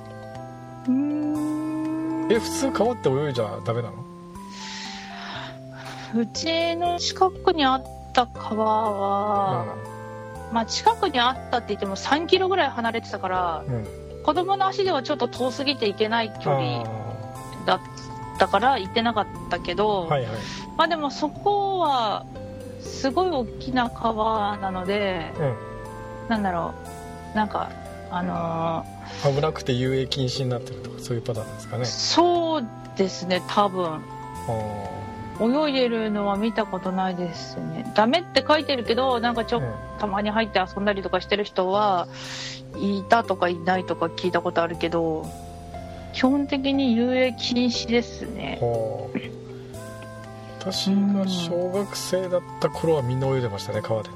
S3: ーん
S2: え普通川って泳いじゃダメなの
S3: うちの近くにあった川は、まあ近くにあったって言っても3キロぐらい離れてたから
S2: うん、うん、
S3: 子供の足ではちょっと遠すぎていけない距離
S2: あ
S3: だったから行ってなかったけど、
S2: ーはいはい
S3: まあでもそこはすごい大きな川なのでなんだろうなんかあの
S2: うん危なくて遊泳禁止になってるとかそういうパターンですか
S3: ー
S2: ね
S3: そうですね多分
S2: あ
S3: 泳いでるのは見たことないですねダメって書いてるけどなんかち
S2: ー
S3: ょっとたまに入って遊んだりとかしてる人はいたとかいないとか聞いたことあるけど基本的に遊泳禁止ですね
S2: はあ私が小学生だった頃はみんな泳いでましたね川でね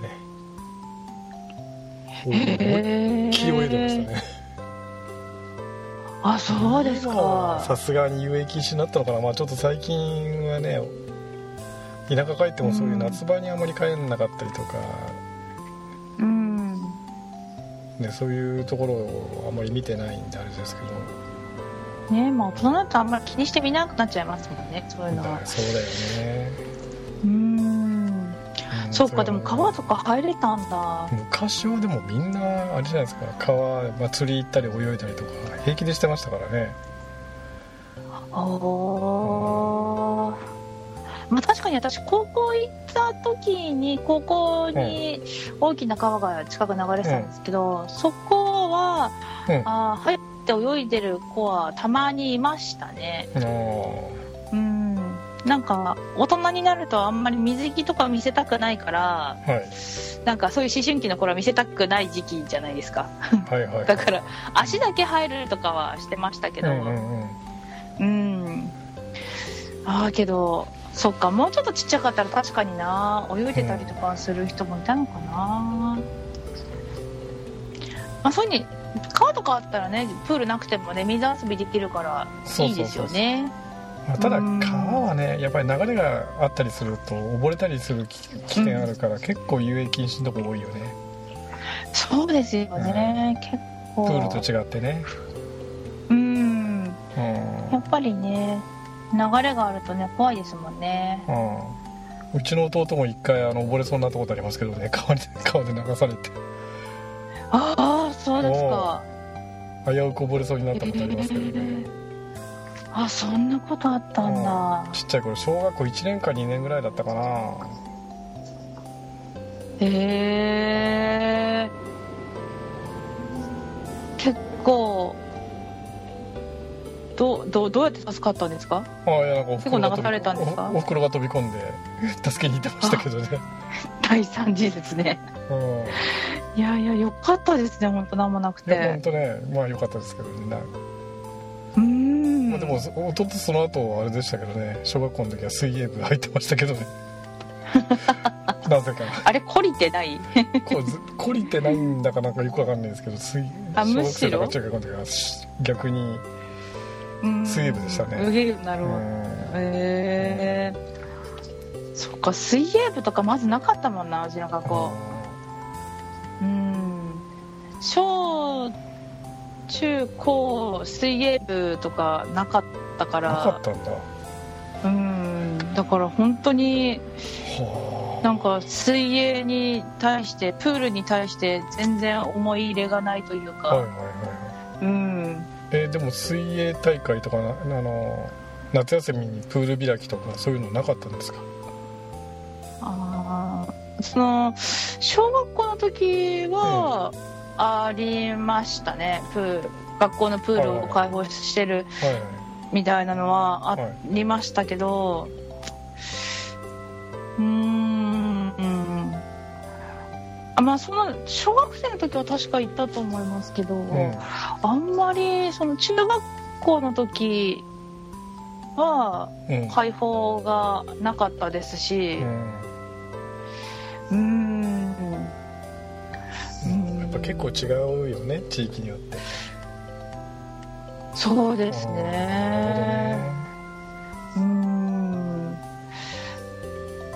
S2: 思いっ
S3: へ
S2: きり泳いでましたね
S3: あそうです
S2: 今は
S3: か
S2: さすがに遊泳禁止になったのかなまあちょっと最近はね田舎帰ってもそういう夏場にあまり帰んなかったりとか、
S3: うん
S2: ね、そういうところをあまり見てないんであれですけど
S3: ねまあ大人だとあんまり気にしてみなくなっちゃいますもんねそういうのは
S2: そうだよね、
S3: うん
S2: ん
S3: そう
S2: れは
S3: かでも川とか入れたんだ
S2: 昔はでもみんなあれじゃないですか川、まあ、釣り行ったり泳いだりとか平気でしてましたからね
S3: ああまあ、確かに私高校行った時に高校に大きな川が近く流れてたんですけど、そこは、
S2: うん
S3: あー入って泳いでる子はたまにいましたね
S2: あー
S3: うんなんか大人になるとあんまり水着とか見せたくないから
S2: はい
S3: なんかそういう思春期の頃は見せたくない時期じゃないですか
S2: はいはい
S3: だから足だけ入るとかはしてましたけど、
S2: うんうんうん
S3: うんああけどそっかもうちょっとちっちゃかったら確かにな泳いでたりとかする人もいたのかな、まあそういうふうに川とかあったらねプールなくてもね水遊びできるから
S2: そう
S3: い
S2: そうそう
S3: いですよね
S2: まあ、ただ
S3: うん
S2: 川はねやっぱり流れがあったりすると溺れたりする危危険あるから、結構遊泳禁止のとこ多いよね
S3: そうですよね、結
S2: プ
S3: 構
S2: ールと違ってね
S3: うん
S2: うん
S3: やっぱりね流れがあるとね怖いですもんね
S2: うんうちの弟も一回あの溺れそうになったことありますけどね 川に川で流されて
S3: ああそうですか
S2: 危うく溺れそうになったことありますけどね
S3: あそんなことあったんだ、
S2: ちっちゃい頃小学校1年か2年ぐらいだったかな
S3: へえ結構どどどうやって助かったんですか
S2: あいやなんかおふくろが
S3: 結構流されたんですか
S2: おお袋が飛び込んで 助けに行ってましたけどね、
S3: 第3次ですね
S2: うん、
S3: いやいやよかったですね本当何もなく
S2: いや本当
S3: て
S2: ねまあ良かったですけどね、な
S3: うーん
S2: まあ、でも弟その後あれでしたけどね小学校の時は水泳部入ってましたけど ねなぜか
S3: あれ懲りてない
S2: こうず懲りてないんだかなんかよくわかんないですけど水
S3: あ
S2: 小
S3: む
S2: 学
S3: し
S2: 生
S3: ろ
S2: とか中学校の時はし逆に水泳部でしたね
S3: うーんうげなる
S2: う
S3: ほど
S2: ん
S3: へえそっか水泳部とかまずなかったもんなうちの学校うん小中高水泳部とかなかったか
S2: なからったんだ
S3: うんだから本当に
S2: は
S3: なんか水泳に対してプールに対して全然思い入れがないという
S2: あ
S3: か、
S2: はいはいは
S3: うん
S2: いえーでも水泳大会とかなあの夏休みにプール開きとかそういうのなかったんですか
S3: あーその小学校の時はありましたねプール学校のプールを開放してる
S2: はいはい
S3: みたいなのはありましたけど、うーんあまあその小学生の時は確か行ったと思いますけど、
S2: うん
S3: あんまりその中学校の時は
S2: うん
S3: 開放がなかったですし
S2: う、ん
S3: うーんうん
S2: やっぱ結構違うよね地域によって
S3: そうですね
S2: なる
S3: うーん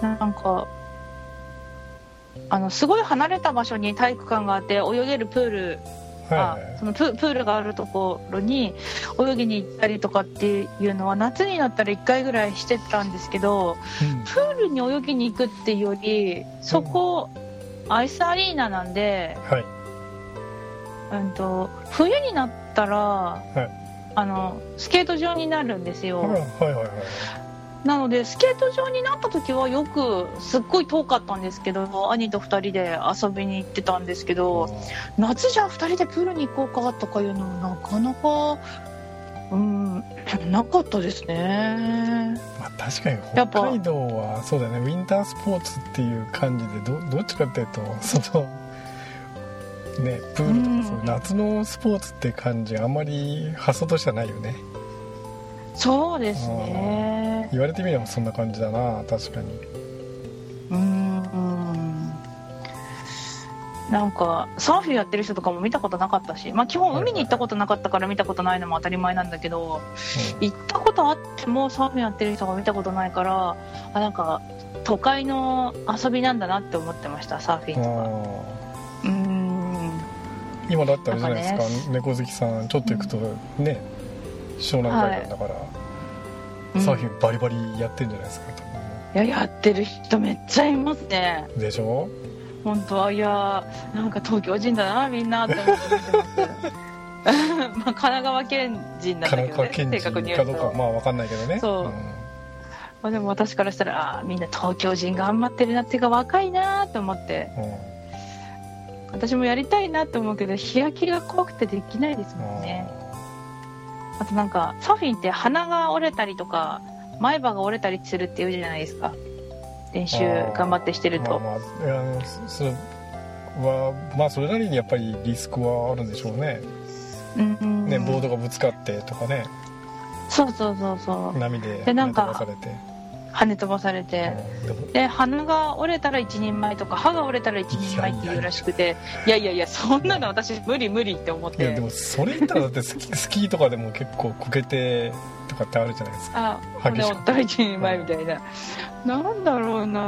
S3: なんかあのすごい離れた場所に体育館があって泳げるプール
S2: ほどね
S3: あ
S2: はいはい
S3: そのププールがあるところに泳ぎに行ったりとかっていうのは夏になったら1回ぐらいしてたんですけどプールに泳ぎに行くっていうよりそこ、アイスアリーナなんで、
S2: はい
S3: うん、と冬になったら、
S2: い
S3: あのスケート場になるんですよ。
S2: うんはいはいはいはい
S3: なのでスケート場になった時はよくすっごい遠かったんですけど兄と2人で遊びに行ってたんですけど夏じゃあ2人でプールに行こうかとかいうのもなかなかうんなかったですね
S2: まあ、確かに
S3: や
S2: 北
S3: っぱ
S2: 海道はそうだねウィンタースポーツっていう感じでどどっちかっていうとそのねプールと
S3: うん
S2: かそういう夏のスポーツって感じあんまり発想としてはないよね
S3: そうですね
S2: 言われてみればそんな感じだな確かに
S3: うんなんかサーフィンやってる人とかも見たことなかったし、まあ、基本海に行ったことなかったから見たことないのも当たり前なんだけど、行ったことあってもサーフィンやってる人が見たことないからあなんか都会の遊びなんだなって思ってましたサー
S2: う
S3: フィン
S2: ん
S3: とか
S2: あ
S3: うーん
S2: ー今だってあれじゃない
S3: なんか
S2: ですか猫好きさんちょっと行くとね湘南海岸だから、
S3: うん
S2: サーフィンバリバリやってんじゃないですか、
S3: いややってる人めっちゃいますね
S2: でしょ
S3: 本当はいやなんか東京人だなみんなって思って見 てますまあ神奈川県人なんだ
S2: 神
S3: け
S2: 奈
S3: ど
S2: 川
S3: ね
S2: 県
S3: 正確に
S2: 人
S3: 言
S2: か
S3: う
S2: どうか
S3: と
S2: はまあ分かんないけどね
S3: そうまあでも私からしたらあーみんな東京人頑張ってるなっていうか若いなと思って
S2: うんうん
S3: 私もやりたいなと思うけど日焼けが怖くてできないですもんねあとなんかサーフィンって鼻が折れたりとか前歯が折れたりするっていうじゃないですか練習頑張ってしてると、
S2: まあまあいやそそれはまあそれなりにやっぱりリスクはあるんでしょうね
S3: うんうん
S2: ね、ボードがぶつかってとかね
S3: そうそうそうそう
S2: 波で
S3: でなんか
S2: 飛ばされて、
S3: 跳ね飛ばされて、
S2: うんでも
S3: で鼻が折れたら一人前とか歯が折れたら一人前っていうらしくていやいやいやそんなの私無理無理って思っ
S2: いやで
S3: て
S2: もそれ言ったらだってス キスキーとかでも結構こけてとかってあるじゃないですか激
S3: あ骨
S2: しく
S3: 折ったら一人前みたいな、なんだろうな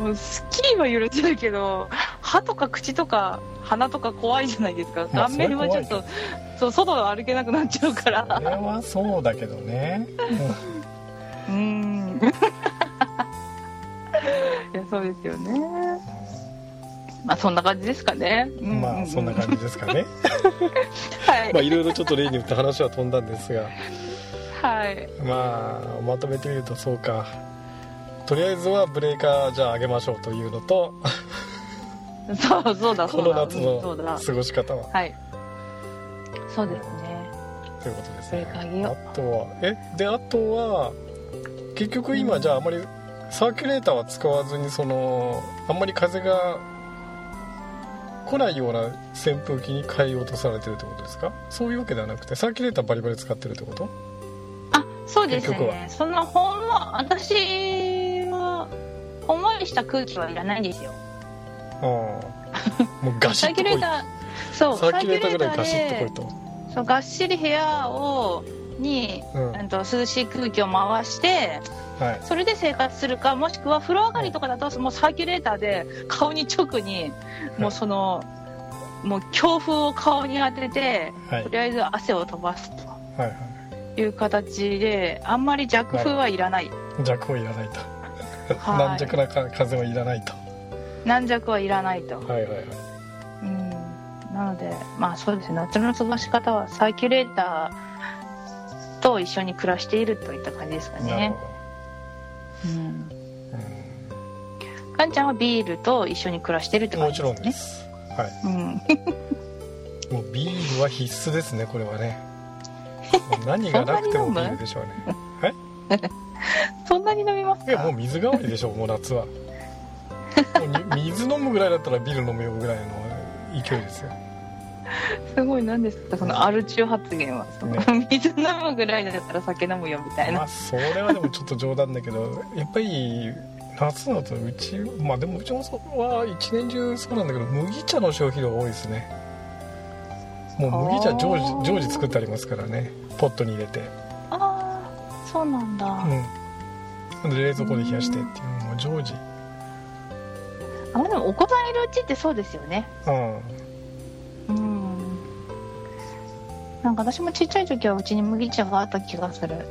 S3: もうスキーは許せるけど歯とか口とか鼻とか怖いじゃないですか
S2: まあ
S3: 顔面はちょっとそう外を歩けなくなっちゃうから
S2: それはそうだけどね、うん
S3: うーん いやそうですよね。まあそんな感じですかね。うう
S2: まあそんな感じですかね
S3: はい、
S2: まあいろいろちょっと例によって話は飛んだんですが
S3: はい、
S2: まあまとめてみるとそうかとりあえずはブレーカーじゃあ上げましょうというのと
S3: そうそうだ
S2: こ
S3: そう
S2: の
S3: だ
S2: 夏の
S3: そうだ
S2: 過ごし方は
S3: はいそうですね
S2: ということです
S3: それ
S2: ね
S3: から言お
S2: あ
S3: う
S2: とはえであとは結局今じゃああまりサーキュレーターは使わずにそのあんまり風が来ないような扇風機に変えようとされてるってことですかそういうわけではなくてサーキュレーターバリバリ使ってるってこと
S3: あそうです
S2: 結局は
S3: ねそのほんま私はほんまりした空気はいらないんですよ
S2: ああ もうガシ
S3: サ
S2: ッ
S3: ーキ
S2: と来
S3: ュレ
S2: い
S3: ーターそう
S2: サーキュレーターぐらい
S3: サ
S2: ガ
S3: ーキ
S2: シ
S3: ュレ
S2: ッ
S3: ー
S2: と
S3: タ
S2: 来
S3: ー
S2: い
S3: で
S2: と、
S3: そうがっしり部屋をに、
S2: うん
S3: うん、と涼しい空気を回して
S2: はい
S3: それで生活するかもしくは風呂上がりとかだともうサーキュレーターで顔に直にもうそのもう強風を顔に当てて
S2: はい
S3: とりあえず汗を飛ばす
S2: はいは
S3: という形であんまり弱風はいらない、
S2: い弱はいらないと
S3: はい
S2: 軟弱なか風はいらないと
S3: 軟弱はいらないと、
S2: はいはいはい
S3: うん、なのでまあそうですね夏の過ごし方はサーキュレーターと一緒に暮らしているといった感じですか
S2: なる
S3: ね
S2: ほ
S3: うん
S2: ど、うん
S3: かんちゃんはビールと一緒に暮らしてるって
S2: も
S3: 感
S2: ち
S3: じ
S2: ろ
S3: で
S2: んで
S3: すね
S2: す、はい
S3: うん、
S2: もうビールは必須ですねこれは ねもう何がなくても
S3: そん
S2: ビ
S3: なに
S2: ー
S3: 飲む
S2: ルでしょうね
S3: そんなに飲みます
S2: いやもう
S3: か
S2: 水代わりでしょうもう夏はもうに水飲むぐらいだったらビール飲めようぐらいの勢いですよ
S3: すごい何ですかそのアルチュー発言は、 水飲むぐらいだったら酒飲むよみたい
S2: ま
S3: な
S2: あそれはでもちょっと冗談だけどやっぱり夏だとうちまあでもうちもそうは一年中そうなんだけど麦茶の消費量が多いですねもう麦茶常
S3: あー
S2: 時常時作ってありますからねポットに入れて
S3: あーそうなんだ、
S2: うんで冷蔵庫で冷やしてっていうのも常時
S3: あでもお子さんいるうちってそうですよね
S2: うん
S3: うんなんか私もちっちゃい時はうちに麦茶があった気がする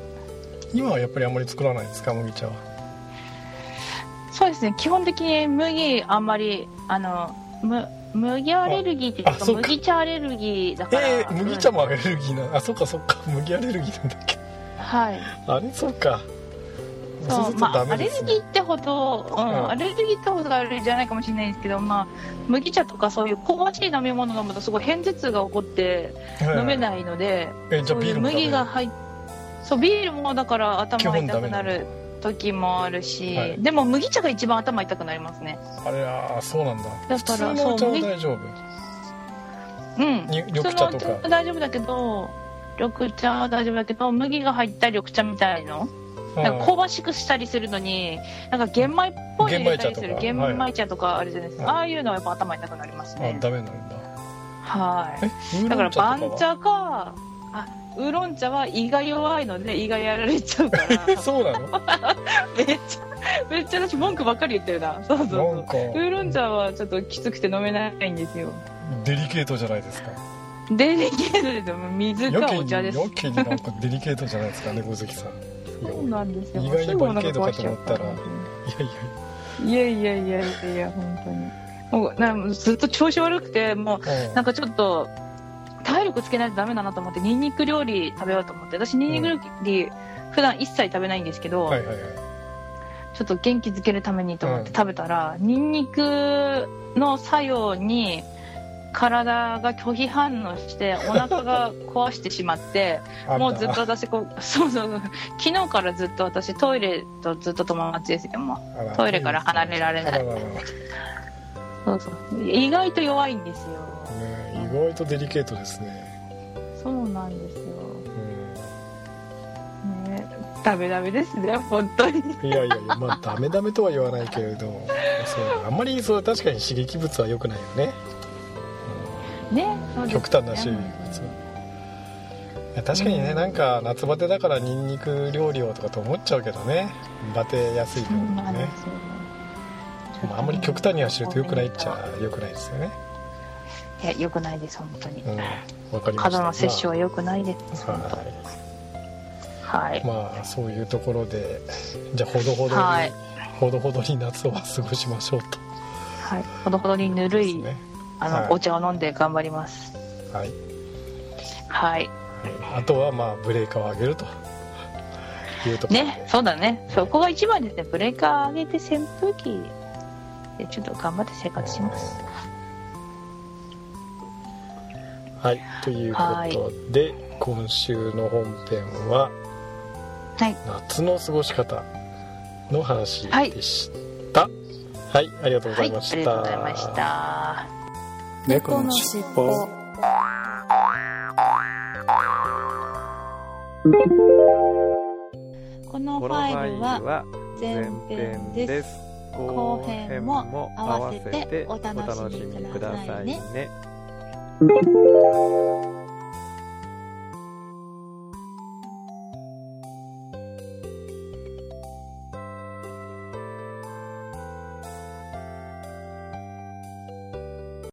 S2: 今はやっぱりあんまり作らないですか麦茶は
S3: そうですね基本的に麦あんまりあのむ麦アレルギーっていう
S2: あ
S3: か
S2: そうか
S3: 麦茶アレルギーだから
S2: ええ
S3: うん
S2: 麦茶もアレルギーなあそっかそっか麦アレルギーなんだっけ
S3: はい
S2: あれそうか
S3: そう
S2: すると
S3: まあ、
S2: ダ
S3: ア
S2: メ
S3: レ
S2: で
S3: ル
S2: すね
S3: ギーってほど、うん
S2: うん
S3: アレルギーってほどあれじゃないかもしれないんですけど、まあ、麦茶とかそういう香ばしい飲み物飲むとすごい偏頭痛が起こって
S2: はい
S3: 飲めないので、
S2: えじゃ
S3: そ
S2: あ
S3: う
S2: ビー
S3: いう
S2: ルもダメ
S3: 麦が入っそうビールもだから
S2: 基
S3: 頭
S2: 本
S3: 痛
S2: ダ
S3: く
S2: メな
S3: な
S2: んだ
S3: る時もあるし、
S2: はい
S3: でも麦茶が一番頭痛くなりますね
S2: あれあーそうなんだ
S3: ら
S2: 普通のお茶は
S3: そう
S2: 大丈夫
S3: うん
S2: に
S3: 普通
S2: 緑
S3: の
S2: 茶
S3: お
S2: と
S3: 茶は
S2: か
S3: 大丈夫だけど緑茶は大丈夫だけど麦が入った緑茶みたいのなんか香ばしくしたりするのになんか玄米っぽいの入れたりする
S2: 玄
S3: 玄
S2: 米茶とか
S3: 米茶とかあるじゃないですか、
S2: はい
S3: ああいうのはやっぱ頭痛くなります
S2: うんあ
S3: ね
S2: ダメになるんだ
S3: は
S2: えウ
S3: い
S2: ー
S3: だか
S2: ロ
S3: ら
S2: ン茶とかは
S3: 番茶かあウーロン茶は胃が弱いので胃がやられちゃうから
S2: え そうなの
S3: めっちゃめっちゃ私文句ばっかり言ってるなそうそうそ
S2: な
S3: うん
S2: か
S3: ウーロン茶はちょっときつくて飲めないんですよ
S2: デリケートじゃないですか
S3: デリケートででも水
S2: や
S3: か
S2: け
S3: お
S2: に
S3: 茶です
S2: やけになんかデリケートじゃないですか猫関さんいや
S3: そうなんですよ
S2: 意外に
S3: すぐお腹
S2: バリケードかと思ったら
S3: 壊しちゃうから
S2: いやいや
S3: いやいやいやいやいや本当にもうなんずっと調子悪くても
S2: うん
S3: うなんかちょっと体力つけないとダメだなと思ってニンニク料理食べようと思って私ニンニク料理普段一切食べないんですけど、
S2: はいはいはい
S3: ちょっと元気づけるためにと思っ
S2: う
S3: て
S2: ん
S3: 食べたら、ニンニクの作用に体が拒否反応してお腹が壊してしまって
S2: あんた
S3: もうずっと私こう そうそうそう昨日からずっと私トイレとずっと友達ですよもう
S2: あら
S3: トイレから離れられない
S2: あららららね
S3: そうそう意外と弱いんですよ
S2: え意外とデリケートですね
S3: そうなんですよ
S2: うん
S3: ねダメダメですね本当に
S2: いやいやいやまあダメダメとは言わないけれどそうあんまりそう確かに刺激物は良くないよね
S3: ねそうですね
S2: 極端な刺激物はいや確かにねなんか夏バテだからニンニク料理をとかと思っちゃうけどねバテやすいけ
S3: そ
S2: ど
S3: うなんで
S2: ね
S3: すよ
S2: まああんまり極端には知ると良くないっちゃ良くないですよね
S3: いや良くないです本当に、
S2: うんわかりました
S3: 過度な摂取は良くないです、
S2: まあは
S3: 本
S2: い
S3: 当はい、
S2: まあそういうところでじゃあほどほどに、
S3: はい
S2: ほどほどに夏を過ごしましょうと
S3: はい、ほどほどにぬる
S2: で
S3: い、
S2: すね
S3: あの、
S2: はい
S3: お茶を飲んで頑張ります
S2: はい
S3: はい
S2: あとはまあブレーカーを上げるというところで
S3: ねそうだねそこが一番ですねブレーカー上げて扇風機でちょっと頑張って生活します
S2: はいということで今週の本編は
S3: はい
S2: 夏の過ごし方の話でしたはい、ありがとうご
S3: は
S2: ざ
S3: い
S2: いま
S3: あ
S2: した、
S3: りがとうございました
S1: 猫のしっぽ
S5: このフ
S4: このフ
S5: ァイ
S4: ァイ
S5: ル
S4: ル
S5: は
S4: は
S5: 前
S4: 前
S5: 編
S4: 編
S5: で
S4: ですす
S5: 後
S4: 後
S5: 編
S4: 編
S5: も
S4: も
S5: 合
S4: 合
S5: わ
S4: わ
S5: せ
S4: せ
S5: て
S4: て
S5: お
S4: お
S5: 楽
S4: 楽
S5: し
S4: し
S5: み
S4: み
S5: く
S4: く
S5: だ
S4: だ
S5: さ
S4: さ
S5: い
S4: い
S5: ね
S4: ね